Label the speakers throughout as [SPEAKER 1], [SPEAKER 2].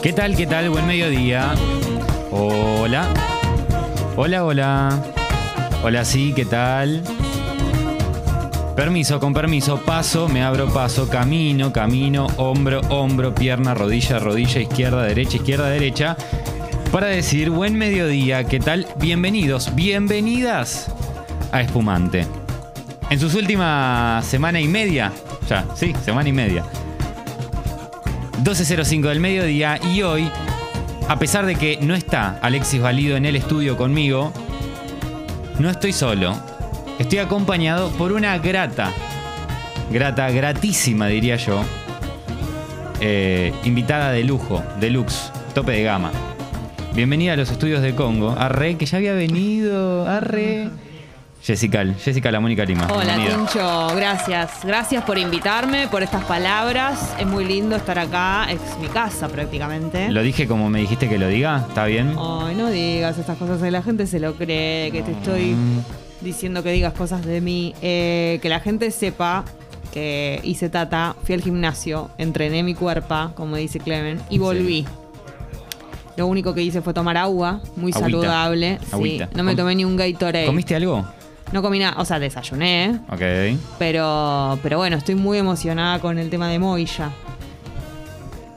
[SPEAKER 1] ¿Qué tal? ¿Qué tal? Buen mediodía. Hola. Hola, hola. Hola, sí, ¿qué tal? Permiso, con permiso, paso, me abro paso, camino, camino, hombro, hombro, pierna, rodilla, rodilla, izquierda, derecha, izquierda, derecha. Para decir buen mediodía, ¿qué tal? Bienvenidos, bienvenidas a Espumante. En sus últimas semana y media, ya, sí, semana y media. 12.05 del mediodía y hoy, a pesar de que no está Alexis Valido en el estudio conmigo, no estoy solo. Estoy acompañado por una grata, grata, gratísima diría yo, eh, invitada de lujo, deluxe, tope de gama. Bienvenida a los estudios de Congo. Arre, que ya había venido. Arre. Jessica, Jessica La Mónica Lima.
[SPEAKER 2] Hola,
[SPEAKER 1] bienvenida.
[SPEAKER 2] Tincho, gracias. Gracias por invitarme, por estas palabras. Es muy lindo estar acá, es mi casa prácticamente.
[SPEAKER 1] Lo dije como me dijiste que lo diga, ¿está bien?
[SPEAKER 2] Ay, no digas estas cosas, eh, la gente se lo cree, que te estoy diciendo que digas cosas de mí. Eh, que la gente sepa que hice tata, fui al gimnasio, entrené mi cuerpo, como dice Clemen, y volví. Lo único que hice fue tomar agua, muy
[SPEAKER 1] Agüita.
[SPEAKER 2] saludable. Sí,
[SPEAKER 1] Agüita.
[SPEAKER 2] no me
[SPEAKER 1] Com-
[SPEAKER 2] tomé ni un Gatorade.
[SPEAKER 1] ¿Comiste algo?
[SPEAKER 2] No comí nada, o sea, desayuné,
[SPEAKER 1] Ok.
[SPEAKER 2] Pero, pero bueno, estoy muy emocionada con el tema de Moya.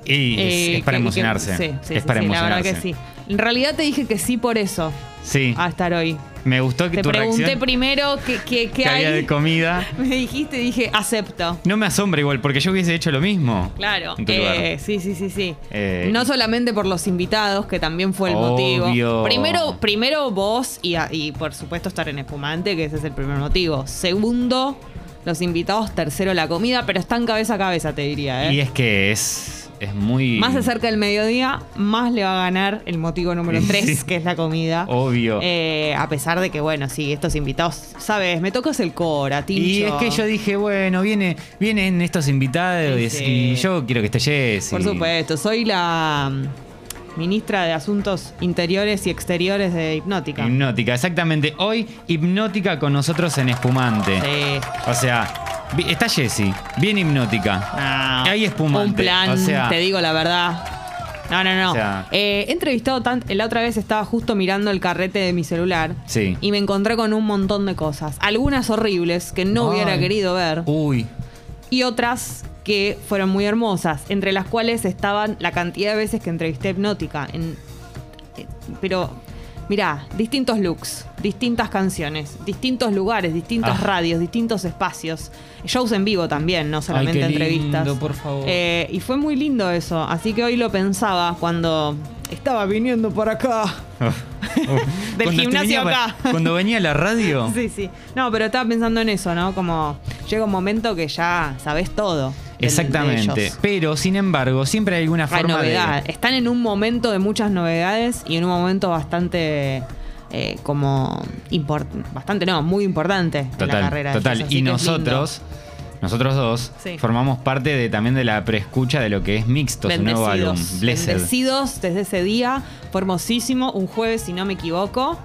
[SPEAKER 1] Y es,
[SPEAKER 2] Eh,
[SPEAKER 1] es para
[SPEAKER 2] que-
[SPEAKER 1] emocionarse.
[SPEAKER 2] que- sí, sí,
[SPEAKER 1] es
[SPEAKER 2] sí,
[SPEAKER 1] para
[SPEAKER 2] sí,
[SPEAKER 1] emocionarse.
[SPEAKER 2] La verdad que sí. En realidad te dije que sí por eso,
[SPEAKER 1] Sí,
[SPEAKER 2] a estar hoy.
[SPEAKER 1] me gustó que
[SPEAKER 2] Te
[SPEAKER 1] tu
[SPEAKER 2] pregunté
[SPEAKER 1] reacción
[SPEAKER 2] primero qué, qué, qué
[SPEAKER 1] que había
[SPEAKER 2] hay.
[SPEAKER 1] de comida.
[SPEAKER 2] Me dijiste y dije, acepto.
[SPEAKER 1] No me asombra igual, porque yo hubiese hecho lo mismo.
[SPEAKER 2] Claro.
[SPEAKER 1] en tu
[SPEAKER 2] eh,
[SPEAKER 1] lugar.
[SPEAKER 2] sí, sí, sí, sí.
[SPEAKER 1] Eh,
[SPEAKER 2] no solamente por los invitados, que también fue el
[SPEAKER 1] Obvio.
[SPEAKER 2] motivo. Primero, primero vos y, a- y por supuesto estar en espumante, que ese es el primer motivo. Segundo, los invitados. Tercero, la comida, pero están cabeza a cabeza, te diría. ¿eh?
[SPEAKER 1] Y es que es, es muy.
[SPEAKER 2] Más se acerca el mediodía, más le va a ganar el motivo número
[SPEAKER 1] Sí.
[SPEAKER 2] 3, que es la comida.
[SPEAKER 1] Obvio.
[SPEAKER 2] Eh, a pesar de que, bueno, sí, estos invitados, sabes, me tocas el cora, tincho.
[SPEAKER 1] y es que yo dije, bueno, viene, vienen estos invitados
[SPEAKER 2] Sí,
[SPEAKER 1] y-
[SPEAKER 2] sí.
[SPEAKER 1] y yo quiero que esté Jessy.
[SPEAKER 2] Por supuesto, soy la mm, ministra de Asuntos Interiores y Exteriores de Hipnótica.
[SPEAKER 1] Hipnótica, exactamente. Hoy, hipnótica con nosotros en espumante.
[SPEAKER 2] Sí.
[SPEAKER 1] O sea, vi- está Jessy, bien hipnótica.
[SPEAKER 2] No.
[SPEAKER 1] Hay espumante,
[SPEAKER 2] Un plan,
[SPEAKER 1] o sea-
[SPEAKER 2] te digo la verdad. No, no, no.
[SPEAKER 1] O sea-
[SPEAKER 2] Eh, he entrevistado tan- La otra vez estaba justo mirando el carrete de mi celular.
[SPEAKER 1] Sí.
[SPEAKER 2] Y me encontré con un montón de cosas. Algunas horribles que no hubiera
[SPEAKER 1] Ay.
[SPEAKER 2] querido ver.
[SPEAKER 1] Uy,
[SPEAKER 2] y otras que fueron muy hermosas, entre las cuales estaban la cantidad de veces que entrevisté a Hipnótica. en- eh, pero, mirá, distintos looks, distintas canciones, distintos lugares, distintas
[SPEAKER 1] Ah.
[SPEAKER 2] radios, distintos espacios, shows en vivo también, no solamente
[SPEAKER 1] qué lindo,
[SPEAKER 2] entrevistas.
[SPEAKER 1] por favor.
[SPEAKER 2] Eh, y fue muy lindo eso, así que hoy lo pensaba cuando estaba viniendo para acá. Del
[SPEAKER 1] Cuando venía
[SPEAKER 2] gimnasio
[SPEAKER 1] pa-
[SPEAKER 2] acá.
[SPEAKER 1] Cuando venía a la radio.
[SPEAKER 2] Sí, sí. No, pero estaba pensando en eso, ¿no? Como llega un momento que ya sabes todo. del- de
[SPEAKER 1] Exactamente.
[SPEAKER 2] ellos.
[SPEAKER 1] Pero, sin embargo, siempre hay alguna
[SPEAKER 2] Hay
[SPEAKER 1] forma
[SPEAKER 2] novedad.
[SPEAKER 1] de.
[SPEAKER 2] Están en un momento de muchas novedades y en un momento bastante eh, como import- bastante no, muy importante en
[SPEAKER 1] Total,
[SPEAKER 2] la carrera. de
[SPEAKER 1] total.
[SPEAKER 2] ellos, así
[SPEAKER 1] y
[SPEAKER 2] que es lindo.
[SPEAKER 1] nosotros, nosotros dos,
[SPEAKER 2] Sí.
[SPEAKER 1] formamos parte de, también de la preescucha de lo que es Mixto, su nuevo álbum,
[SPEAKER 2] bendecidos,
[SPEAKER 1] Blessed.
[SPEAKER 2] bendecidos desde ese día, fue hermosísimo, un jueves si no me equivoco,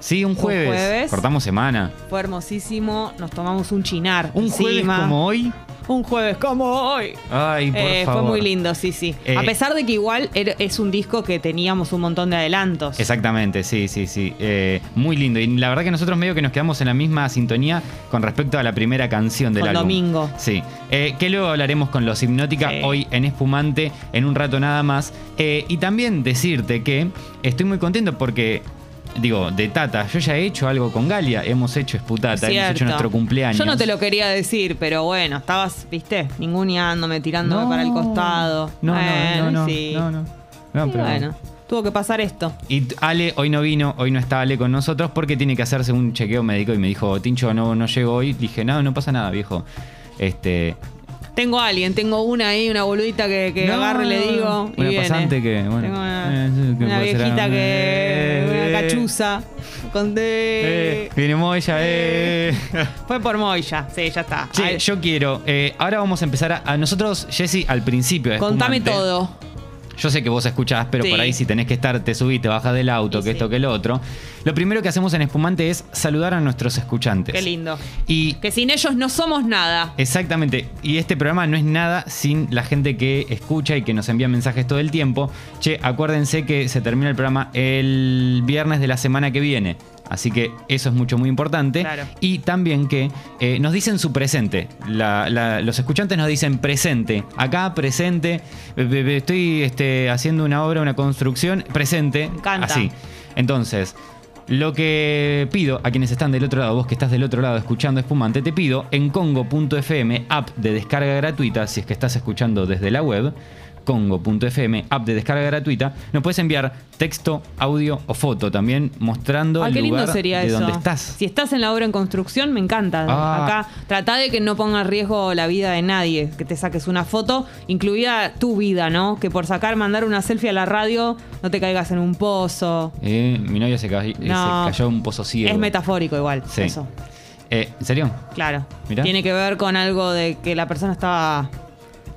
[SPEAKER 1] Sí, un jueves.
[SPEAKER 2] jueves.
[SPEAKER 1] Cortamos semana.
[SPEAKER 2] fue hermosísimo, nos tomamos un chinar,
[SPEAKER 1] Un jueves
[SPEAKER 2] encima.
[SPEAKER 1] como hoy.
[SPEAKER 2] un jueves como hoy.
[SPEAKER 1] Ay, por
[SPEAKER 2] Eh, fue
[SPEAKER 1] favor.
[SPEAKER 2] muy lindo, sí, sí.
[SPEAKER 1] Eh,
[SPEAKER 2] A pesar de que igual era- es un disco que teníamos un montón de adelantos.
[SPEAKER 1] Exactamente, sí, sí, sí. Eh, muy lindo. Y la verdad que nosotros medio que nos quedamos en la misma sintonía con respecto a la primera canción del
[SPEAKER 2] Con
[SPEAKER 1] álbum.
[SPEAKER 2] Domingo.
[SPEAKER 1] Sí. Eh, que luego hablaremos con los Hipnótica
[SPEAKER 2] Sí.
[SPEAKER 1] hoy en Espumante, en un rato nada más. Eh, y también decirte que estoy muy contento porque. Digo, de Tata, yo ya he hecho algo con Galia, hemos hecho Esputata, hemos hecho
[SPEAKER 2] Cierto.
[SPEAKER 1] nuestro cumpleaños.
[SPEAKER 2] Yo no te lo quería decir, pero bueno, estabas, viste, ninguneándome, tirándome para el costado.
[SPEAKER 1] No,
[SPEAKER 2] Bueno,
[SPEAKER 1] no, no, no,
[SPEAKER 2] sí.
[SPEAKER 1] no, no. No,
[SPEAKER 2] Y
[SPEAKER 1] pero-
[SPEAKER 2] bueno, tuvo que pasar esto.
[SPEAKER 1] Y t- Ale hoy no vino, hoy no está Ale con nosotros porque tiene que hacerse un chequeo médico y me dijo, Tincho, no, no llego hoy. Dije, no, no pasa nada, viejo. Este,
[SPEAKER 2] Tengo a alguien, tengo una ahí, una boludita que, que
[SPEAKER 1] No,
[SPEAKER 2] agarre, le digo. y
[SPEAKER 1] una
[SPEAKER 2] viene.
[SPEAKER 1] pasante que, bueno,
[SPEAKER 2] Tengo
[SPEAKER 1] eh,
[SPEAKER 2] una,
[SPEAKER 1] sí, que
[SPEAKER 2] una
[SPEAKER 1] puede ser
[SPEAKER 2] viejita
[SPEAKER 1] algo.
[SPEAKER 2] que.
[SPEAKER 1] Eh.
[SPEAKER 2] Una cachuza. Con de-
[SPEAKER 1] eh, viene Moya, eh.
[SPEAKER 2] Fue por Moya, sí, ya está.
[SPEAKER 1] Che,
[SPEAKER 2] Ay,
[SPEAKER 1] yo quiero, eh, ahora vamos a empezar a, a nosotros, Jessy, al principio. de
[SPEAKER 2] contame
[SPEAKER 1] Espumante.
[SPEAKER 2] todo.
[SPEAKER 1] Yo sé que vos escuchás, pero
[SPEAKER 2] Sí.
[SPEAKER 1] por ahí si tenés que estar, te subís, te bajas del auto,
[SPEAKER 2] Y
[SPEAKER 1] que
[SPEAKER 2] sí.
[SPEAKER 1] esto, que lo otro. Lo primero que hacemos en Espumante es saludar a nuestros escuchantes.
[SPEAKER 2] Qué lindo.
[SPEAKER 1] Y
[SPEAKER 2] Que sin ellos no somos nada.
[SPEAKER 1] Exactamente. Y este programa no es nada sin la gente que escucha y que nos envía mensajes todo el tiempo. Che, acuérdense que se termina el programa el viernes de la semana que viene. Así que eso es mucho, muy importante.
[SPEAKER 2] Claro.
[SPEAKER 1] Y también que eh, nos dicen su presente. La- la- los escuchantes nos dicen presente. Acá, presente. Be- be- be- Estoy este, haciendo una obra, una construcción. Presente.
[SPEAKER 2] Me encanta.
[SPEAKER 1] Así. Entonces, lo que pido a quienes están del otro lado, vos que estás del otro lado escuchando Espumante, te pido en congo.fm, app de descarga gratuita, si es que estás escuchando desde la web, congo.fm, app de descarga gratuita, nos puedes enviar texto, audio o foto también mostrando
[SPEAKER 2] Ah,
[SPEAKER 1] el
[SPEAKER 2] qué
[SPEAKER 1] lugar
[SPEAKER 2] lindo sería
[SPEAKER 1] de
[SPEAKER 2] eso.
[SPEAKER 1] donde estás.
[SPEAKER 2] Si estás en la obra en construcción, me encanta.
[SPEAKER 1] Ah.
[SPEAKER 2] Acá, trata de que no ponga en riesgo la vida de nadie, que te saques una foto, incluida tu vida, ¿no? Que por sacar, mandar una selfie a la radio, no te caigas en un pozo.
[SPEAKER 1] Eh, mi novia se, cay- eh, se
[SPEAKER 2] No.
[SPEAKER 1] cayó en un pozo ciego.
[SPEAKER 2] Es metafórico igual,
[SPEAKER 1] Sí.
[SPEAKER 2] eso.
[SPEAKER 1] Eh, ¿En serio?
[SPEAKER 2] Claro.
[SPEAKER 1] Mirá.
[SPEAKER 2] Tiene que ver con algo de que la persona estaba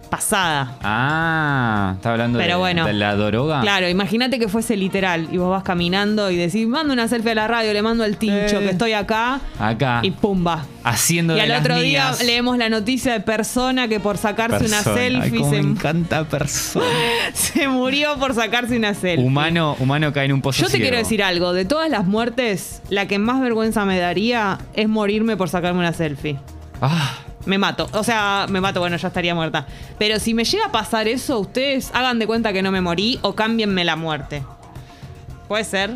[SPEAKER 2] pasada.
[SPEAKER 1] Ah, está hablando
[SPEAKER 2] Pero
[SPEAKER 1] de,
[SPEAKER 2] bueno.
[SPEAKER 1] de la droga.
[SPEAKER 2] Claro, imagínate que fuese literal y vos vas caminando y decís, mando una selfie a la radio, le mando al tincho
[SPEAKER 1] Eh. Ah.
[SPEAKER 2] que estoy acá
[SPEAKER 1] Acá,
[SPEAKER 2] y pumba.
[SPEAKER 1] haciendo
[SPEAKER 2] Y
[SPEAKER 1] de
[SPEAKER 2] al
[SPEAKER 1] las
[SPEAKER 2] otro
[SPEAKER 1] mías.
[SPEAKER 2] día leemos la noticia de persona que por sacarse una
[SPEAKER 1] Persona.
[SPEAKER 2] selfie
[SPEAKER 1] Cómo
[SPEAKER 2] se,
[SPEAKER 1] me encanta persona.
[SPEAKER 2] se murió por sacarse una selfie.
[SPEAKER 1] Humano, humano cae en un pozo
[SPEAKER 2] Yo te
[SPEAKER 1] ciego.
[SPEAKER 2] quiero decir algo, de todas las muertes, la que más vergüenza me daría es morirme por sacarme una selfie.
[SPEAKER 1] Ah,
[SPEAKER 2] Me mato. O sea, me mato, bueno, ya estaría muerta. Pero si me llega a pasar eso, ustedes hagan de cuenta que no me morí o cámbienme la muerte. ¿Puede ser?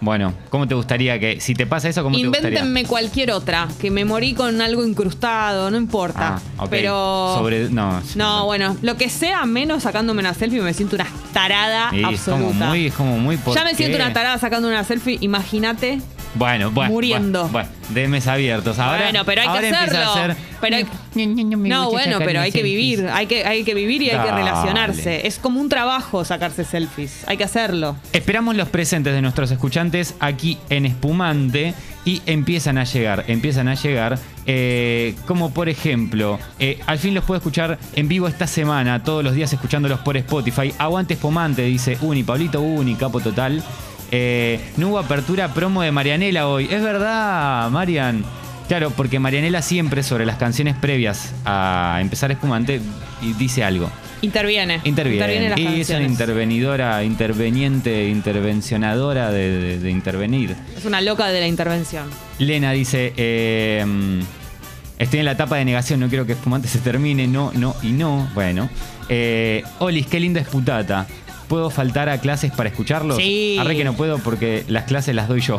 [SPEAKER 1] bueno, ¿cómo te gustaría que. Si te pasa eso, ¿cómo te gustaría?
[SPEAKER 2] Invéntenme cualquier otra, que me morí con algo incrustado, no importa.
[SPEAKER 1] Ah, ok.
[SPEAKER 2] Pero.
[SPEAKER 1] Sobre. No.
[SPEAKER 2] No, bueno, lo que sea menos sacándome una selfie, me siento una tarada
[SPEAKER 1] Sí, es como
[SPEAKER 2] absoluta.
[SPEAKER 1] muy, es como muy ¿por
[SPEAKER 2] ya me
[SPEAKER 1] qué?
[SPEAKER 2] siento una tarada sacando una selfie, imagínate.
[SPEAKER 1] Bueno, bueno.
[SPEAKER 2] muriendo.
[SPEAKER 1] Bueno, bueno, de mes abiertos. Ahora,
[SPEAKER 2] Bueno, pero hay que
[SPEAKER 1] ahora empieza
[SPEAKER 2] hacerlo.
[SPEAKER 1] a hacer-
[SPEAKER 2] Pero hay- No, bueno, pero hay que vivir, hay que, hay que vivir y hay que
[SPEAKER 1] Dale.
[SPEAKER 2] relacionarse. Es como un trabajo sacarse selfies, hay que hacerlo.
[SPEAKER 1] Esperamos los presentes de nuestros escuchantes aquí en Espumante y empiezan a llegar, empiezan a llegar. eh, como por ejemplo, eh, al fin los puedo escuchar en vivo esta semana, todos los días escuchándolos por Spotify. Aguante Espumante, dice Uni, Pablito Uni, capo total. Eh, no hubo apertura promo de Marianela hoy. Es verdad, Marian. Claro, porque Marianela siempre sobre las canciones previas a empezar Espumante y dice algo.
[SPEAKER 2] Interviene.
[SPEAKER 1] Interviene.
[SPEAKER 2] las
[SPEAKER 1] y es una
[SPEAKER 2] canciones.
[SPEAKER 1] intervenidora, interveniente, intervencionadora de, de- de intervenir.
[SPEAKER 2] Es una loca de la intervención.
[SPEAKER 1] Lena dice, eh, estoy en la etapa de negación, no quiero que Espumante se termine, no, no y no. Bueno. Eh, Olis, qué linda es Putata. ¿Puedo faltar a clases para escucharlos?
[SPEAKER 2] Sí.
[SPEAKER 1] Arre que no puedo porque las clases las doy yo.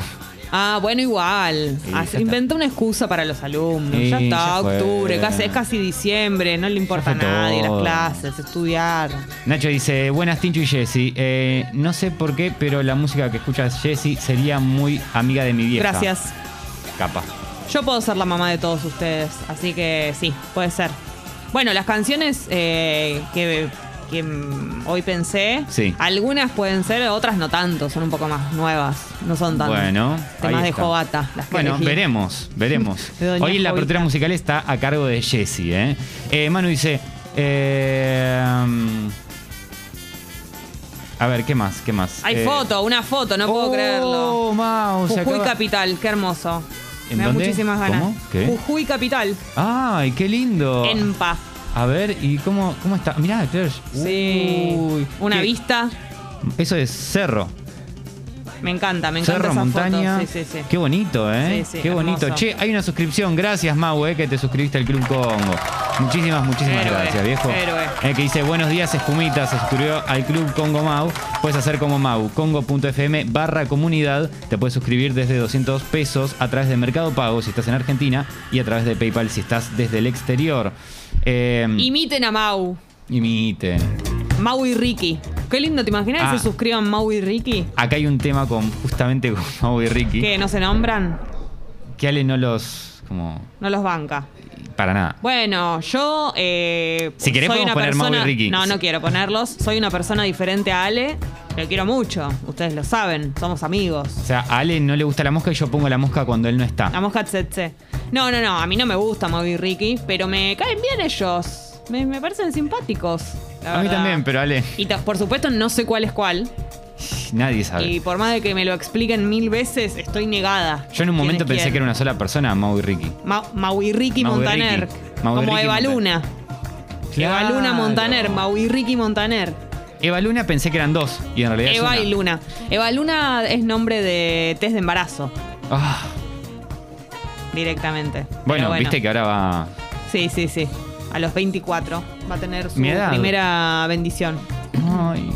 [SPEAKER 2] Ah, bueno, igual.
[SPEAKER 1] Sí,
[SPEAKER 2] Ah,
[SPEAKER 1] ya está.
[SPEAKER 2] Inventa una excusa para los alumnos.
[SPEAKER 1] Sí,
[SPEAKER 2] ya está,
[SPEAKER 1] ya fue.
[SPEAKER 2] octubre, casi, es casi diciembre, no le importa a
[SPEAKER 1] fue
[SPEAKER 2] nadie
[SPEAKER 1] todo.
[SPEAKER 2] las clases, estudiar.
[SPEAKER 1] Nacho dice, buenas Tincho y Jessy. Eh, no sé por qué, pero la música que escuchas Jessy sería muy amiga de mi vieja.
[SPEAKER 2] Gracias.
[SPEAKER 1] Capa.
[SPEAKER 2] Yo puedo ser la mamá de todos ustedes, así que sí, puede ser. Bueno, las canciones eh, que, que, mm, hoy pensé,
[SPEAKER 1] Sí.
[SPEAKER 2] algunas pueden ser, otras no tanto, son un poco más nuevas, no son tan
[SPEAKER 1] Bueno,
[SPEAKER 2] temas
[SPEAKER 1] ahí
[SPEAKER 2] de
[SPEAKER 1] está.
[SPEAKER 2] jovata. Las que
[SPEAKER 1] Bueno,
[SPEAKER 2] elegí.
[SPEAKER 1] veremos, veremos.
[SPEAKER 2] De Doña
[SPEAKER 1] Hoy la
[SPEAKER 2] Jovita.
[SPEAKER 1] apertura musical está a cargo de Jesse, ¿eh? Eh, Manu dice. eh, a ver, ¿qué más? ¿Qué más?
[SPEAKER 2] Hay
[SPEAKER 1] Eh,
[SPEAKER 2] foto, una foto, no puedo
[SPEAKER 1] oh,
[SPEAKER 2] creerlo.
[SPEAKER 1] Mau, se
[SPEAKER 2] Jujuy
[SPEAKER 1] acaba-
[SPEAKER 2] Capital, qué hermoso.
[SPEAKER 1] ¿En
[SPEAKER 2] Me
[SPEAKER 1] dónde?
[SPEAKER 2] da muchísimas ganas.
[SPEAKER 1] ¿Cómo? ¿Qué? Oh.
[SPEAKER 2] Jujuy Capital,
[SPEAKER 1] ¡Ay, qué lindo!
[SPEAKER 2] en paz.
[SPEAKER 1] A ver, ¿y cómo, cómo está? Mirá, Clash.
[SPEAKER 2] Sí.
[SPEAKER 1] Uy,
[SPEAKER 2] una
[SPEAKER 1] qué-
[SPEAKER 2] vista.
[SPEAKER 1] Eso es cerro.
[SPEAKER 2] Me encanta, me encanta
[SPEAKER 1] Cerro,
[SPEAKER 2] esa
[SPEAKER 1] montaña.
[SPEAKER 2] foto. Sí, sí, sí.
[SPEAKER 1] Qué bonito, ¿eh?
[SPEAKER 2] Sí, sí,
[SPEAKER 1] Qué bonito.
[SPEAKER 2] hermoso.
[SPEAKER 1] Che, hay una suscripción. Gracias, Mau, eh, que te suscribiste al Club Congo. Muchísimas, muchísimas
[SPEAKER 2] Héroe,
[SPEAKER 1] gracias, viejo.
[SPEAKER 2] héroe.
[SPEAKER 1] Eh, que dice, buenos días, Espumita. Se suscribió al Club Congo Mau. Puedes hacer como Mau. Congo.fm barra comunidad. Te puedes suscribir desde 200 pesos a través de Mercado Pago si estás en Argentina y a través de PayPal si estás desde el exterior. Eh,
[SPEAKER 2] Imiten a Mau.
[SPEAKER 1] imiten.
[SPEAKER 2] Mau y Ricky. Qué lindo, ¿te imaginas
[SPEAKER 1] Ah.
[SPEAKER 2] que se suscriban Mau y Ricky?
[SPEAKER 1] Acá hay un tema con justamente con Mau y Ricky.
[SPEAKER 2] Que no se nombran,
[SPEAKER 1] Que Ale no los... como...
[SPEAKER 2] no los banca.
[SPEAKER 1] Para nada.
[SPEAKER 2] Bueno, yo. eh,
[SPEAKER 1] Si querés
[SPEAKER 2] soy
[SPEAKER 1] podemos
[SPEAKER 2] una
[SPEAKER 1] poner Mau y
[SPEAKER 2] persona,
[SPEAKER 1] Ricky.
[SPEAKER 2] No,
[SPEAKER 1] Sí.
[SPEAKER 2] no quiero ponerlos. Soy una persona diferente a Ale. Lo quiero mucho. Ustedes lo saben. Somos amigos.
[SPEAKER 1] O sea, a Ale no le gusta la mosca y yo pongo la mosca cuando él no está.
[SPEAKER 2] La mosca tsetse. No, no, no. A mí no me gusta Mau y Ricky, pero me caen bien ellos. Me, me parecen simpáticos. la
[SPEAKER 1] a mí
[SPEAKER 2] verdad.
[SPEAKER 1] también, pero Ale,
[SPEAKER 2] Y ta- por supuesto no sé cuál es cuál.
[SPEAKER 1] nadie sabe.
[SPEAKER 2] Y por más de que me lo expliquen mil veces, estoy negada.
[SPEAKER 1] Yo en un momento
[SPEAKER 2] ¿Quién
[SPEAKER 1] pensé
[SPEAKER 2] es
[SPEAKER 1] que
[SPEAKER 2] quién?
[SPEAKER 1] era una sola persona, Mau y Ricky.
[SPEAKER 2] Ma- Maui Ricky
[SPEAKER 1] Maui
[SPEAKER 2] Montaner.
[SPEAKER 1] Ricky. Maui
[SPEAKER 2] como
[SPEAKER 1] Ricky
[SPEAKER 2] Eva
[SPEAKER 1] Montaner.
[SPEAKER 2] Luna. Eva
[SPEAKER 1] Claro.
[SPEAKER 2] Luna Montaner. Maui Ricky Montaner.
[SPEAKER 1] Eva Luna pensé que eran dos y en realidad es
[SPEAKER 2] Eva
[SPEAKER 1] una.
[SPEAKER 2] y Luna. Eva Luna es nombre de test de embarazo
[SPEAKER 1] Ah,
[SPEAKER 2] directamente. Pero
[SPEAKER 1] bueno, viste que ahora va.
[SPEAKER 2] Sí, sí, sí. A los 24 va a tener su
[SPEAKER 1] Mi edad.
[SPEAKER 2] primera bendición.
[SPEAKER 1] Ay.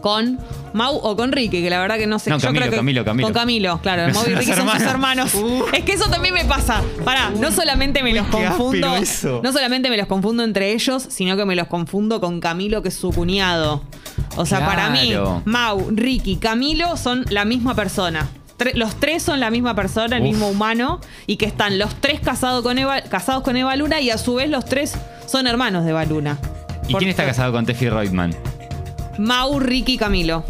[SPEAKER 2] Con Mau o con Ricky, que la verdad que no sé.
[SPEAKER 1] No,
[SPEAKER 2] Yo
[SPEAKER 1] Camilo,
[SPEAKER 2] creo que-
[SPEAKER 1] Camilo, Camilo.
[SPEAKER 2] Con Camilo, claro.
[SPEAKER 1] No
[SPEAKER 2] Mau y
[SPEAKER 1] son
[SPEAKER 2] Ricky
[SPEAKER 1] las
[SPEAKER 2] son sus
[SPEAKER 1] hermanas. Uh.
[SPEAKER 2] hermanos. Es que eso también me pasa. Pará, no solamente me los
[SPEAKER 1] qué
[SPEAKER 2] confundo.
[SPEAKER 1] áspero eso.
[SPEAKER 2] No solamente me los confundo entre ellos, sino que me los confundo con Camilo, que es su cuñado. O sea, para mí,
[SPEAKER 1] Claro.
[SPEAKER 2] Mau, Ricky, Camilo son la misma persona. Tre- los tres son la misma persona, el
[SPEAKER 1] Uf.
[SPEAKER 2] mismo humano, y que están los tres casado con Eva- casados con Eva Luna y a su vez los tres son hermanos de Eva Luna.
[SPEAKER 1] ¿Y
[SPEAKER 2] Por-
[SPEAKER 1] quién está casado con Tefi Reutemann?
[SPEAKER 2] Mau, Ricky, Camilo.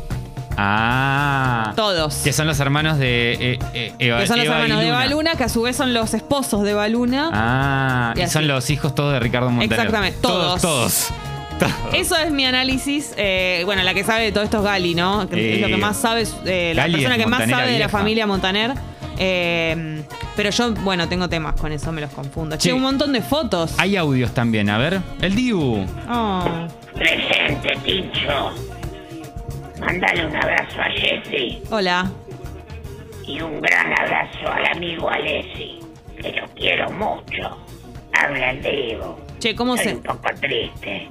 [SPEAKER 1] Ah.
[SPEAKER 2] Todos.
[SPEAKER 1] Que son los hermanos de eh, eh, Eva
[SPEAKER 2] que son los
[SPEAKER 1] Eva y
[SPEAKER 2] hermanos de
[SPEAKER 1] Luna.
[SPEAKER 2] Eva Luna, que a su vez son los esposos de Eva Luna.
[SPEAKER 1] Ah,
[SPEAKER 2] Y
[SPEAKER 1] y son
[SPEAKER 2] así.
[SPEAKER 1] los hijos todos de Ricardo Montaner.
[SPEAKER 2] Exactamente,
[SPEAKER 1] Todos,
[SPEAKER 2] todos.
[SPEAKER 1] todos. Todos.
[SPEAKER 2] Eso es mi análisis. eh, bueno, la que sabe de todo esto es Gali, ¿no? Que es lo
[SPEAKER 1] Eh,
[SPEAKER 2] que más sabe, eh, la
[SPEAKER 1] Gali
[SPEAKER 2] persona
[SPEAKER 1] es
[SPEAKER 2] que más
[SPEAKER 1] montanera
[SPEAKER 2] sabe de la
[SPEAKER 1] vieja.
[SPEAKER 2] familia Montaner. Eh, pero yo, bueno, tengo temas con eso, me los confundo. Che,
[SPEAKER 1] Che.
[SPEAKER 2] un montón de fotos.
[SPEAKER 1] Hay audios también, a ver. El Dibu.
[SPEAKER 2] Oh.
[SPEAKER 3] Presente, Tincho. Mándale un abrazo a Jesse
[SPEAKER 2] Hola.
[SPEAKER 3] y un gran abrazo al amigo Alessi, que lo quiero mucho. Habla el Diego.
[SPEAKER 2] Che, ¿cómo
[SPEAKER 3] Estoy
[SPEAKER 2] se,
[SPEAKER 3] un poco triste.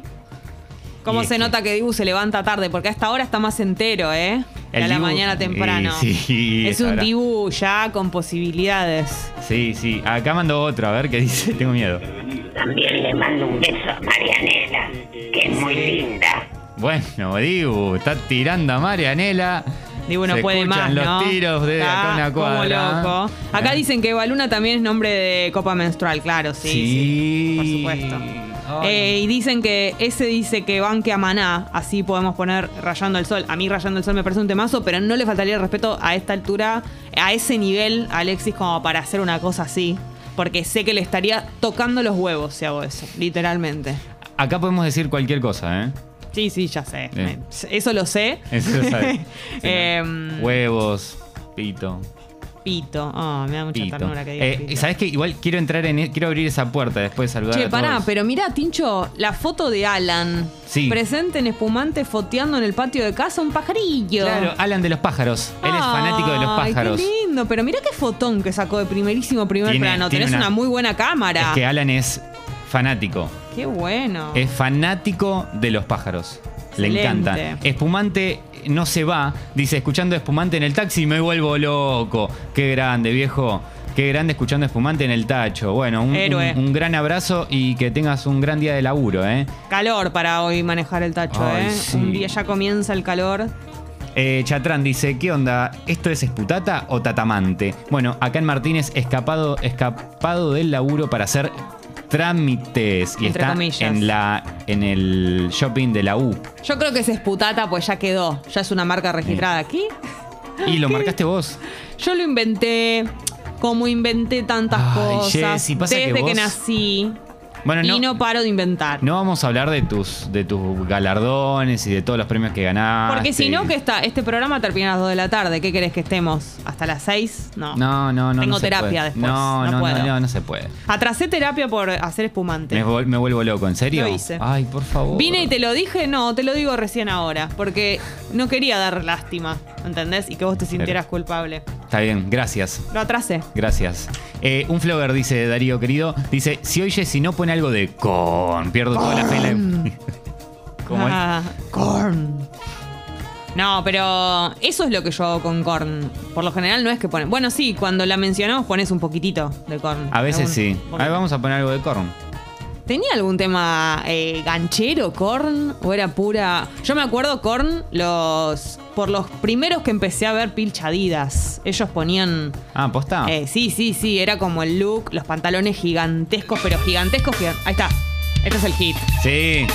[SPEAKER 2] cómo
[SPEAKER 1] Y
[SPEAKER 2] se
[SPEAKER 1] es que-
[SPEAKER 2] nota que Dibu se levanta tarde? Porque a esta hora está más entero, ¿eh? Que
[SPEAKER 1] El
[SPEAKER 2] a la
[SPEAKER 1] Dibu-
[SPEAKER 2] mañana temprano.
[SPEAKER 1] Eh, sí,
[SPEAKER 2] es
[SPEAKER 1] es
[SPEAKER 2] un
[SPEAKER 1] ahora.
[SPEAKER 2] Dibu ya con posibilidades.
[SPEAKER 1] Sí, sí. Acá mando otro, a ver qué dice. Tengo miedo.
[SPEAKER 3] También le mando un beso a Marianela, que es muy linda.
[SPEAKER 1] Bueno, Dibu, está tirando a Marianela.
[SPEAKER 2] Digo, no
[SPEAKER 1] Se
[SPEAKER 2] puede más,
[SPEAKER 1] escuchan los
[SPEAKER 2] ¿no?
[SPEAKER 1] tiros de
[SPEAKER 2] Está
[SPEAKER 1] acá una cuadra.
[SPEAKER 2] Como loco. Acá
[SPEAKER 1] Eh.
[SPEAKER 2] dicen que Baluna también es nombre de copa menstrual, claro, sí. sí.
[SPEAKER 1] Sí.
[SPEAKER 2] por supuesto.
[SPEAKER 1] Ay.
[SPEAKER 2] Eh, y dicen que ese dice que banque a Maná, así podemos poner Rayando el Sol. A mí Rayando el Sol me parece un temazo, pero no le faltaría el respeto a esta altura, a ese nivel, a Alexis, como para hacer una cosa así. Porque sé que le estaría tocando los huevos si hago eso, literalmente.
[SPEAKER 1] Acá podemos decir cualquier cosa, ¿eh?
[SPEAKER 2] Sí, sí, ya sé.
[SPEAKER 1] Bien.
[SPEAKER 2] Me- Eso lo sé.
[SPEAKER 1] Eso lo sabe. Sí, ¿no?
[SPEAKER 2] Em,
[SPEAKER 1] Huevos, pito.
[SPEAKER 2] Pito. Ah, me da mucha
[SPEAKER 1] Pito.
[SPEAKER 2] ternura que digas
[SPEAKER 1] Eh,
[SPEAKER 2] pito.
[SPEAKER 1] ¿Sabes qué? Igual quiero entrar en. e- Quiero abrir esa puerta después de saludar
[SPEAKER 2] Che,
[SPEAKER 1] a
[SPEAKER 2] pará,
[SPEAKER 1] todos.
[SPEAKER 2] pero mirá, Tincho, la foto de Alan.
[SPEAKER 1] Sí.
[SPEAKER 2] Presente en espumante foteando en el patio de casa un pajarillo.
[SPEAKER 1] Claro, Alan de los pájaros. Él es fanático de los
[SPEAKER 2] Ay,
[SPEAKER 1] pájaros.
[SPEAKER 2] Qué lindo, pero mirá qué fotón que sacó de primerísimo primer
[SPEAKER 1] Tiene-
[SPEAKER 2] plano.
[SPEAKER 1] tiene
[SPEAKER 2] Tenés una,
[SPEAKER 1] una-
[SPEAKER 2] muy buena
[SPEAKER 1] Es
[SPEAKER 2] cámara.
[SPEAKER 1] que Alan es fanático.
[SPEAKER 2] Qué bueno.
[SPEAKER 1] Es fanático de los pájaros. Le
[SPEAKER 2] Excelente.
[SPEAKER 1] encanta. Espumante no se va. Dice, escuchando espumante en el taxi me vuelvo loco. Qué grande, viejo. Qué grande escuchando espumante en el tacho. Bueno, un,
[SPEAKER 2] Héroe.
[SPEAKER 1] un- un gran abrazo y que tengas un gran día de laburo, ¿eh?
[SPEAKER 2] Calor para hoy manejar el tacho,
[SPEAKER 1] Ay,
[SPEAKER 2] ¿eh?
[SPEAKER 1] sí.
[SPEAKER 2] Un día ya comienza el calor.
[SPEAKER 1] Eh, Chatrán dice, ¿qué onda? ¿Esto es esputata o tatamante? Bueno, acá en Martínez, escapado, escapado del laburo para hacer trámites. Y
[SPEAKER 2] Entre
[SPEAKER 1] está
[SPEAKER 2] comillas.
[SPEAKER 1] en la en el shopping de la U.
[SPEAKER 2] Yo creo que es esputata, pues ya quedó. Ya es una marca registrada aquí.
[SPEAKER 1] Y lo marcaste vos.
[SPEAKER 2] Yo lo inventé, como inventé tantas
[SPEAKER 1] Ay,
[SPEAKER 2] cosas
[SPEAKER 1] Jessy, pasa que
[SPEAKER 2] desde que,
[SPEAKER 1] vos-
[SPEAKER 2] nací.
[SPEAKER 1] Bueno,
[SPEAKER 2] y no paro de inventar.
[SPEAKER 1] No vamos a hablar de tus, de tus galardones y de todos los premios que ganaste.
[SPEAKER 2] Porque si no, que está, este programa termina a las 2 de la tarde. ¿Qué querés que estemos? ¿Hasta las 6? No.
[SPEAKER 1] No, no, no.
[SPEAKER 2] Tengo
[SPEAKER 1] no se
[SPEAKER 2] terapia
[SPEAKER 1] puede.
[SPEAKER 2] después.
[SPEAKER 1] No,
[SPEAKER 2] No
[SPEAKER 1] no, no,
[SPEAKER 2] puedo.
[SPEAKER 1] no, no se puede.
[SPEAKER 2] Atrasé terapia por hacer espumante.
[SPEAKER 1] Me, vol- me vuelvo loco, ¿en serio?
[SPEAKER 2] Lo hice.
[SPEAKER 1] Ay, por favor.
[SPEAKER 2] Vine y te lo dije, no, te lo digo recién ahora. Porque no quería dar lástima, ¿entendés? Y que vos te sintieras culpable.
[SPEAKER 1] Está bien, gracias.
[SPEAKER 2] Lo atrasé.
[SPEAKER 1] Gracias. Eh, un flogger, dice Darío querido, dice, si oye, si no pone algo de con, pierdo toda la fe. en la- ¿Cómo es?
[SPEAKER 2] Ah, corn. No, pero eso es lo que yo hago con corn. Por lo general no es que ponen. Bueno, sí, cuando la mencionamos pones un poquitito de corn.
[SPEAKER 1] A veces sí.
[SPEAKER 2] Algún-
[SPEAKER 1] A ver, vamos a poner algo de corn.
[SPEAKER 2] ¿Tenía algún tema eh, ganchero, corn? ¿O era pura.? Yo me acuerdo, corn, los. Por los primeros que empecé a ver pilchadidas. Ellos ponían.
[SPEAKER 1] Ah, posta.
[SPEAKER 2] eh, sí, sí, sí. Era como el look, los pantalones gigantescos, pero gigantescos. gigan- Ahí está. Este es el hit.
[SPEAKER 1] Sí.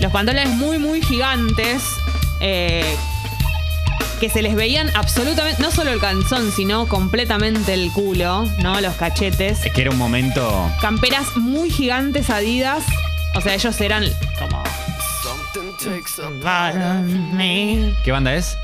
[SPEAKER 2] Los pantalones muy, muy gigantes. eh, que se les veían absolutamente. No solo el calzón, sino completamente el culo, ¿no? Los cachetes
[SPEAKER 1] Es que era un momento...
[SPEAKER 2] camperas muy gigantes Adidas. O sea, ellos eran como
[SPEAKER 4] takes a
[SPEAKER 2] Para mí.
[SPEAKER 1] ¿Qué banda es?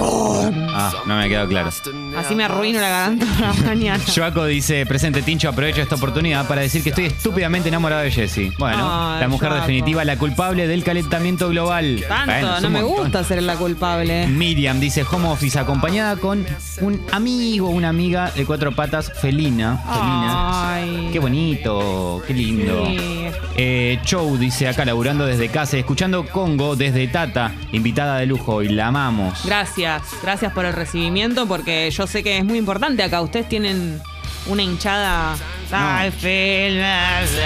[SPEAKER 1] Ah, no me ha quedado claro.
[SPEAKER 2] Así me arruino la garganta para mañana.
[SPEAKER 1] Joaco dice, presente Tincho, aprovecho esta oportunidad para decir que estoy estúpidamente enamorado de Jessie. Bueno,
[SPEAKER 2] Ay,
[SPEAKER 1] la mujer
[SPEAKER 2] Joaco.
[SPEAKER 1] definitiva, la culpable del calentamiento global.
[SPEAKER 2] Tanto,
[SPEAKER 1] Bueno, es
[SPEAKER 2] no
[SPEAKER 1] un
[SPEAKER 2] me
[SPEAKER 1] montón.
[SPEAKER 2] gusta ser la culpable.
[SPEAKER 1] Miriam dice home office acompañada con un amigo, una amiga de cuatro patas felina. felina.
[SPEAKER 2] Ay.
[SPEAKER 1] Qué bonito, qué lindo.
[SPEAKER 2] Sí.
[SPEAKER 1] Eh, Chow dice acá laburando desde casa, escuchando Congo desde Tata, invitada de lujo y la amamos.
[SPEAKER 2] Gracias, gracias por el recibimiento porque yo sé que es muy importante acá. Ustedes tienen una hinchada. Ay, feel myself.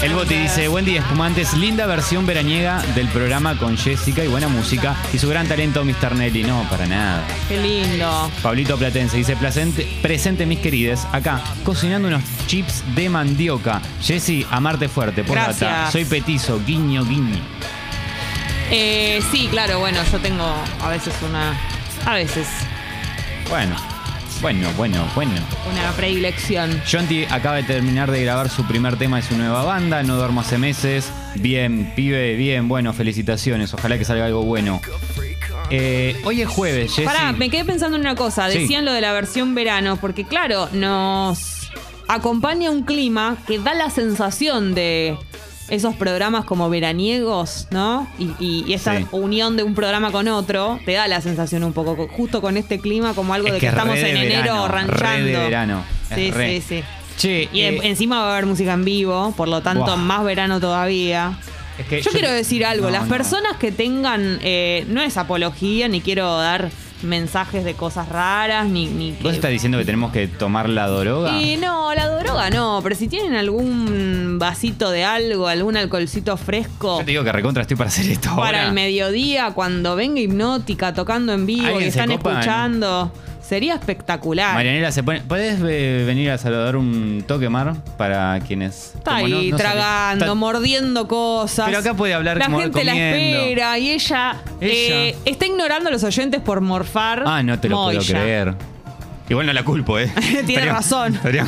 [SPEAKER 1] El Boti dice, buen día espumantes, linda versión veraniega del programa con Jessica y buena música y su gran talento Mr. Nelly, no, para nada.
[SPEAKER 2] Qué lindo.
[SPEAKER 1] Pablito Platense dice, "Placente- presente mis querides, acá, cocinando unos chips de mandioca. Jessy, amarte fuerte, por
[SPEAKER 2] Gracias.
[SPEAKER 1] Soy petizo, guiño, guiño.
[SPEAKER 2] Eh, sí, claro, bueno, yo tengo a veces una. A veces
[SPEAKER 1] Bueno, bueno, bueno, bueno.
[SPEAKER 2] una predilección.
[SPEAKER 1] Jonty acaba de terminar de grabar su primer tema de su nueva banda, No duermo hace meses. Bien, pibe, bien, bueno, felicitaciones, ojalá que salga algo bueno. Eh, hoy es jueves, Jessy.
[SPEAKER 2] Pará, me quedé pensando en una cosa.
[SPEAKER 1] Sí.
[SPEAKER 2] Decían lo de la versión verano, porque claro, nos acompaña un clima que da la sensación de esos programas como veraniegos, ¿no? Y, y- y esa
[SPEAKER 1] Sí.
[SPEAKER 2] unión de un programa con otro te da la sensación un poco, co- justo con este clima, como algo
[SPEAKER 1] Es
[SPEAKER 2] de que,
[SPEAKER 1] que
[SPEAKER 2] estamos
[SPEAKER 1] re de
[SPEAKER 2] en enero
[SPEAKER 1] verano,
[SPEAKER 2] ranchando.
[SPEAKER 1] re de verano. Es
[SPEAKER 2] Sí,
[SPEAKER 1] re.
[SPEAKER 2] sí, sí.
[SPEAKER 1] Che,
[SPEAKER 2] Y en-
[SPEAKER 1] eh,
[SPEAKER 2] encima va a haber música en vivo, por lo tanto,
[SPEAKER 1] Buah.
[SPEAKER 2] más verano todavía.
[SPEAKER 1] es que
[SPEAKER 2] Yo quiero decir algo,
[SPEAKER 1] No,
[SPEAKER 2] las
[SPEAKER 1] no.
[SPEAKER 2] personas que tengan, eh, no es apología, ni quiero dar mensajes de cosas raras, ni... ni que-
[SPEAKER 1] ¿Vos estás diciendo que tenemos que tomar la droga?
[SPEAKER 2] Y no, la droga no, pero si tienen algún vasito de algo, algún alcoholcito fresco
[SPEAKER 1] Yo te digo que recontra estoy para hacer esto
[SPEAKER 2] para
[SPEAKER 1] ahora.
[SPEAKER 2] el mediodía, cuando venga hipnótica tocando en vivo y
[SPEAKER 1] ¿Alguien se
[SPEAKER 2] están
[SPEAKER 1] copa?
[SPEAKER 2] escuchando, sería espectacular.
[SPEAKER 1] Marianela se pone. ¿Puedes eh, venir a saludar un toque, Mar? Para quienes.
[SPEAKER 2] Está
[SPEAKER 1] como
[SPEAKER 2] ahí
[SPEAKER 1] no- no sale-
[SPEAKER 2] tragando,
[SPEAKER 1] Está-
[SPEAKER 2] mordiendo cosas.
[SPEAKER 1] Pero acá puede hablar
[SPEAKER 2] La
[SPEAKER 1] como
[SPEAKER 2] gente la
[SPEAKER 1] comiendo.
[SPEAKER 2] espera y ella,
[SPEAKER 1] Ella.
[SPEAKER 2] eh, está ignorando a los oyentes por morfar.
[SPEAKER 1] Ah, no te lo
[SPEAKER 2] Moya.
[SPEAKER 1] puedo creer. Igual no la culpo, ¿eh?
[SPEAKER 2] Tiene
[SPEAKER 1] Estaría-
[SPEAKER 2] razón.
[SPEAKER 1] estaría-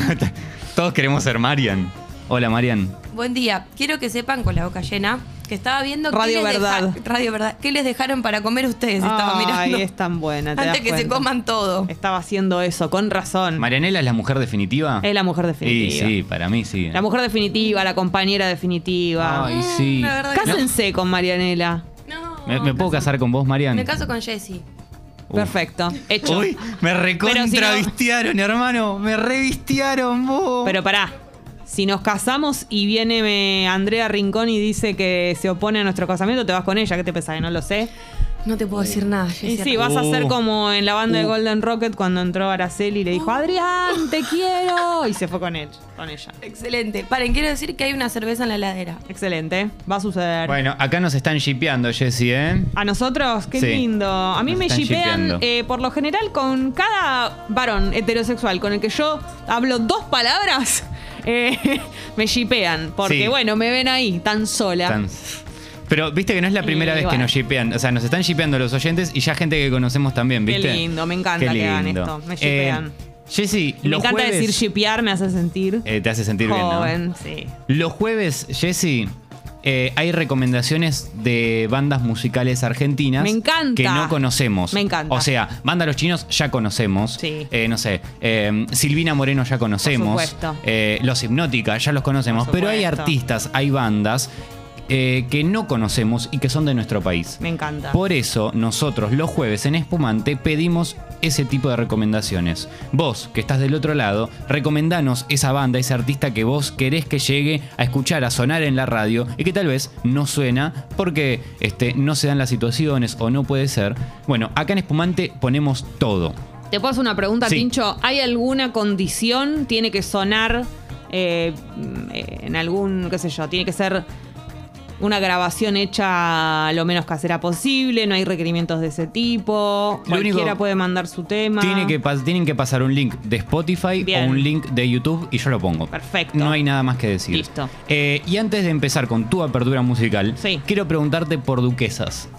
[SPEAKER 1] todos queremos ser Marian. Hola, Marian.
[SPEAKER 5] Buen día. Quiero que sepan con la boca llena que estaba viendo qué
[SPEAKER 2] Radio
[SPEAKER 5] les deja-
[SPEAKER 2] Verdad.
[SPEAKER 5] Radio Verdad. ¿Qué les dejaron para comer ustedes? Estaba
[SPEAKER 2] Ay,
[SPEAKER 5] mirando.
[SPEAKER 2] es tan buena. te das
[SPEAKER 5] Antes que se
[SPEAKER 2] cuenta. Este.
[SPEAKER 5] coman todo.
[SPEAKER 2] Estaba haciendo eso, con razón.
[SPEAKER 1] ¿Marianela es la mujer definitiva?
[SPEAKER 2] Mm. es la mujer
[SPEAKER 1] Sí,
[SPEAKER 2] definitiva.
[SPEAKER 1] sí, para mí sí.
[SPEAKER 2] La mujer definitiva, la compañera definitiva.
[SPEAKER 1] Ay, sí.
[SPEAKER 5] la verdad que no.
[SPEAKER 2] Cásense con Marianela.
[SPEAKER 5] No.
[SPEAKER 1] ¿Me, me puedo casar con vos, Marian?
[SPEAKER 5] Me caso con Jessy.
[SPEAKER 1] Uf.
[SPEAKER 2] Perfecto. Hecho.
[SPEAKER 1] Uy, me
[SPEAKER 2] Pero si no-
[SPEAKER 1] recontravistearon, hermano. Me revistearon vos.
[SPEAKER 2] Pero pará. Si nos casamos y viene me- Andrea Rincón y dice que se opone a nuestro casamiento, te vas con ella. ¿Qué te pensás? que No lo sé.
[SPEAKER 5] No te puedo decir nada,
[SPEAKER 2] Y
[SPEAKER 5] Jessy.
[SPEAKER 2] sí, vas a ser
[SPEAKER 1] Uh.
[SPEAKER 2] como en la banda de
[SPEAKER 1] Uh.
[SPEAKER 2] Golden Rocket cuando entró Araceli y le dijo, Adrián, te quiero. Y se fue con él, con ella.
[SPEAKER 5] Excelente. Paren, quiero decir que hay una cerveza en la heladera.
[SPEAKER 2] Excelente. Va a suceder.
[SPEAKER 1] Bueno, acá nos están shipeando, Jessy, ¿eh?
[SPEAKER 2] A nosotros, qué
[SPEAKER 1] Sí.
[SPEAKER 2] lindo. A mí
[SPEAKER 1] Nos
[SPEAKER 2] me
[SPEAKER 1] están
[SPEAKER 2] shipean
[SPEAKER 1] shippeando.
[SPEAKER 2] eh, por lo general con cada varón heterosexual con el que yo hablo dos palabras, eh, me shipean. Porque
[SPEAKER 1] Sí.
[SPEAKER 2] bueno, me ven ahí, tan sola.
[SPEAKER 1] Están- Pero viste que no es la primera
[SPEAKER 2] Y
[SPEAKER 1] vez
[SPEAKER 2] bueno.
[SPEAKER 1] que nos shipean. O sea, nos están shipeando los oyentes y ya gente que conocemos también,
[SPEAKER 2] Qué
[SPEAKER 1] ¿viste? Eh,
[SPEAKER 2] lindo, me encanta que hagan esto, me shippean.
[SPEAKER 1] Jessy,
[SPEAKER 2] me
[SPEAKER 1] los
[SPEAKER 2] encanta
[SPEAKER 1] jueves,
[SPEAKER 2] decir shipear, me hace sentir
[SPEAKER 1] eh, te hace sentir bien,
[SPEAKER 2] joven.
[SPEAKER 1] ¿no?
[SPEAKER 2] Sí.
[SPEAKER 1] Los jueves, Jessy, eh, hay recomendaciones de bandas musicales argentinas
[SPEAKER 2] Me encanta.
[SPEAKER 1] que no conocemos.
[SPEAKER 2] Me encanta.
[SPEAKER 1] O sea, banda Los Chinos ya conocemos.
[SPEAKER 2] Sí.
[SPEAKER 1] Eh, no sé, eh, Silvina Moreno ya conocemos.
[SPEAKER 2] Por supuesto.
[SPEAKER 1] Eh, los Hipnótica ya los conocemos.
[SPEAKER 2] Por
[SPEAKER 1] Pero hay
[SPEAKER 2] supuesto.
[SPEAKER 1] artistas, hay bandas eh, que no conocemos y que son de nuestro país.
[SPEAKER 2] Me encanta.
[SPEAKER 1] Por eso nosotros los jueves en Espumante pedimos ese tipo de recomendaciones. Vos, que estás del otro lado, recomendanos esa banda, ese artista que vos querés que llegue a escuchar, a sonar en la radio y que tal vez no suena porque este, no se dan las situaciones o no puede ser. Bueno, acá en Espumante ponemos todo.
[SPEAKER 2] Te puedo hacer una pregunta,
[SPEAKER 1] Sí.
[SPEAKER 2] Tincho. ¿Hay alguna condición? ¿Tiene que sonar eh, en algún, qué sé yo, tiene que ser una grabación hecha lo menos casera posible? ¿No hay requerimientos de ese tipo?
[SPEAKER 1] Lo
[SPEAKER 2] Cualquiera
[SPEAKER 1] único-
[SPEAKER 2] puede mandar su tema.
[SPEAKER 1] Tiene que pas- tienen que pasar un link de Spotify
[SPEAKER 2] Bien.
[SPEAKER 1] o un link de YouTube y yo lo pongo.
[SPEAKER 2] Perfecto.
[SPEAKER 1] No hay nada más que decir.
[SPEAKER 2] Listo.
[SPEAKER 1] Eh, y antes de empezar con tu apertura musical,
[SPEAKER 2] Sí.
[SPEAKER 1] quiero preguntarte por Duquesas.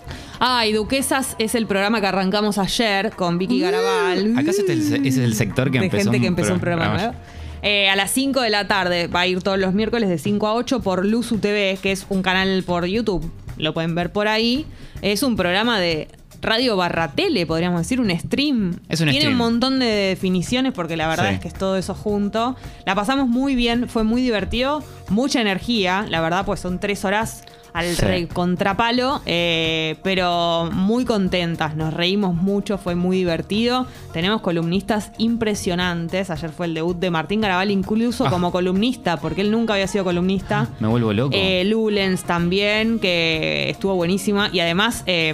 [SPEAKER 2] Ah, y Duquesas es el programa que arrancamos ayer con Vicky Garabal.
[SPEAKER 1] ¿Acaso este es el- ese es el sector que
[SPEAKER 2] de
[SPEAKER 1] empezó
[SPEAKER 2] gente
[SPEAKER 1] un
[SPEAKER 2] que empezó un
[SPEAKER 1] pro-
[SPEAKER 2] programa
[SPEAKER 1] programa?
[SPEAKER 2] nuevo. Eh, a las 5 de la tarde va a ir todos los miércoles de 5 a 8 por Luzu TV, que es un canal por YouTube. Lo pueden ver por ahí. Es un programa de radio barra tele, podríamos decir, un stream.
[SPEAKER 1] Es un
[SPEAKER 2] Tiene
[SPEAKER 1] stream.
[SPEAKER 2] un montón de definiciones porque la verdad
[SPEAKER 1] Sí.
[SPEAKER 2] es que es todo eso junto. La pasamos muy bien, fue muy divertido, mucha energía, la verdad, pues son tres horas al
[SPEAKER 1] Sí.
[SPEAKER 2] re- contrapalo, eh, pero muy contentas, nos reímos mucho, fue muy divertido. Tenemos columnistas impresionantes. Ayer fue el debut de Martín Garabal incluso
[SPEAKER 1] Ah.
[SPEAKER 2] como columnista, porque él nunca había sido columnista.
[SPEAKER 1] Me vuelvo loco.
[SPEAKER 2] Eh, Lulens también, que estuvo buenísima. Y además eh,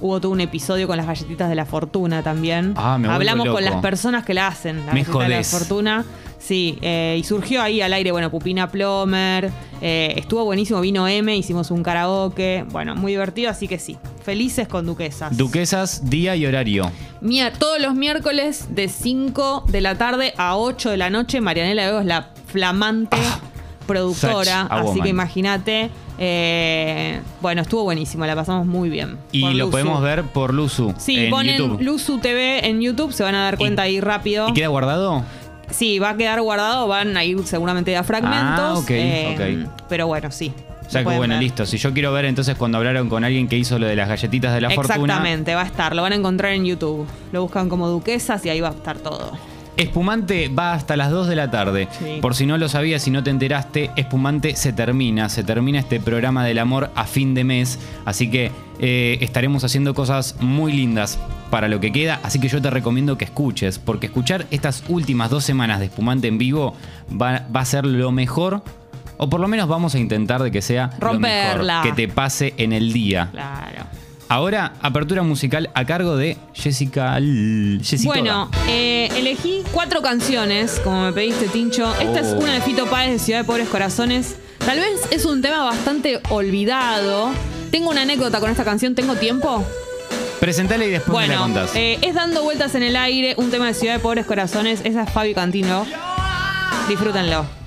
[SPEAKER 2] hubo todo un episodio con las galletitas de la fortuna también.
[SPEAKER 1] Ah, me vuelvo
[SPEAKER 2] Hablamos con
[SPEAKER 1] loco.
[SPEAKER 2] las personas que la hacen, la
[SPEAKER 1] Me
[SPEAKER 2] galletita de la
[SPEAKER 1] jodés.
[SPEAKER 2] fortuna. Sí, eh, y surgió ahí al aire, bueno, Pupina Plomer. eh, estuvo buenísimo, vino M, hicimos un karaoke. Bueno, muy divertido, así que sí. Felices con Duquesas.
[SPEAKER 1] Duquesas, día y horario.
[SPEAKER 2] Mier- todos los miércoles de 5 de la tarde a 8 de la noche, Marianela Vego es la flamante productora,
[SPEAKER 1] Ah, such a
[SPEAKER 2] así
[SPEAKER 1] woman.
[SPEAKER 2] que imagínate. eh, bueno, estuvo buenísimo, la pasamos muy bien.
[SPEAKER 1] Y
[SPEAKER 2] Por
[SPEAKER 1] lo
[SPEAKER 2] Luzu.
[SPEAKER 1] podemos ver por Luzu.
[SPEAKER 2] Sí,
[SPEAKER 1] en
[SPEAKER 2] ponen
[SPEAKER 1] YouTube.
[SPEAKER 2] Luzu TV en YouTube, se van a dar cuenta ahí rápido.
[SPEAKER 1] ¿Y queda guardado?
[SPEAKER 2] Sí, va a quedar guardado, van a ir seguramente a fragmentos. eh,
[SPEAKER 1] Ah, ok, ok.
[SPEAKER 2] Pero bueno, sí.
[SPEAKER 1] O sea
[SPEAKER 2] lo
[SPEAKER 1] que
[SPEAKER 2] pueden
[SPEAKER 1] bueno,
[SPEAKER 2] ver.
[SPEAKER 1] listo. Si yo quiero ver entonces cuando hablaron con alguien que hizo lo de las galletitas de la fortuna.
[SPEAKER 2] Exactamente, va a estar, lo van a encontrar en YouTube. Lo buscan como duquesas y ahí va a estar todo.
[SPEAKER 1] Espumante va hasta las 2 de la tarde.
[SPEAKER 2] Sí.
[SPEAKER 1] Por si no lo sabías, si no te enteraste, Espumante se termina. Se termina este programa del amor a fin de mes. Así que eh, estaremos haciendo cosas muy lindas para lo que queda. Así que yo te recomiendo que escuches. Porque escuchar estas últimas dos semanas de Espumante en vivo va, va a ser lo mejor. O por lo menos vamos a intentar de que sea lo mejor
[SPEAKER 2] Romperla.
[SPEAKER 1] que te pase en el día.
[SPEAKER 2] Claro.
[SPEAKER 1] Ahora, apertura musical a cargo de Jessica. L- Jessica
[SPEAKER 2] Bueno, eh, elegí cuatro canciones, como me pediste, Tincho. Esta es
[SPEAKER 1] Oh.
[SPEAKER 2] una de Fito Páez de Ciudad de Pobres Corazones. Tal vez es un tema bastante olvidado. Tengo una anécdota con esta canción, ¿tengo tiempo?
[SPEAKER 1] Presentala y después me la
[SPEAKER 2] Bueno,
[SPEAKER 1] contás.
[SPEAKER 2] eh, es Dando Vueltas en el Aire, un tema de Ciudad de Pobres Corazones. Esa es Fabi Cantino. Disfrútenlo.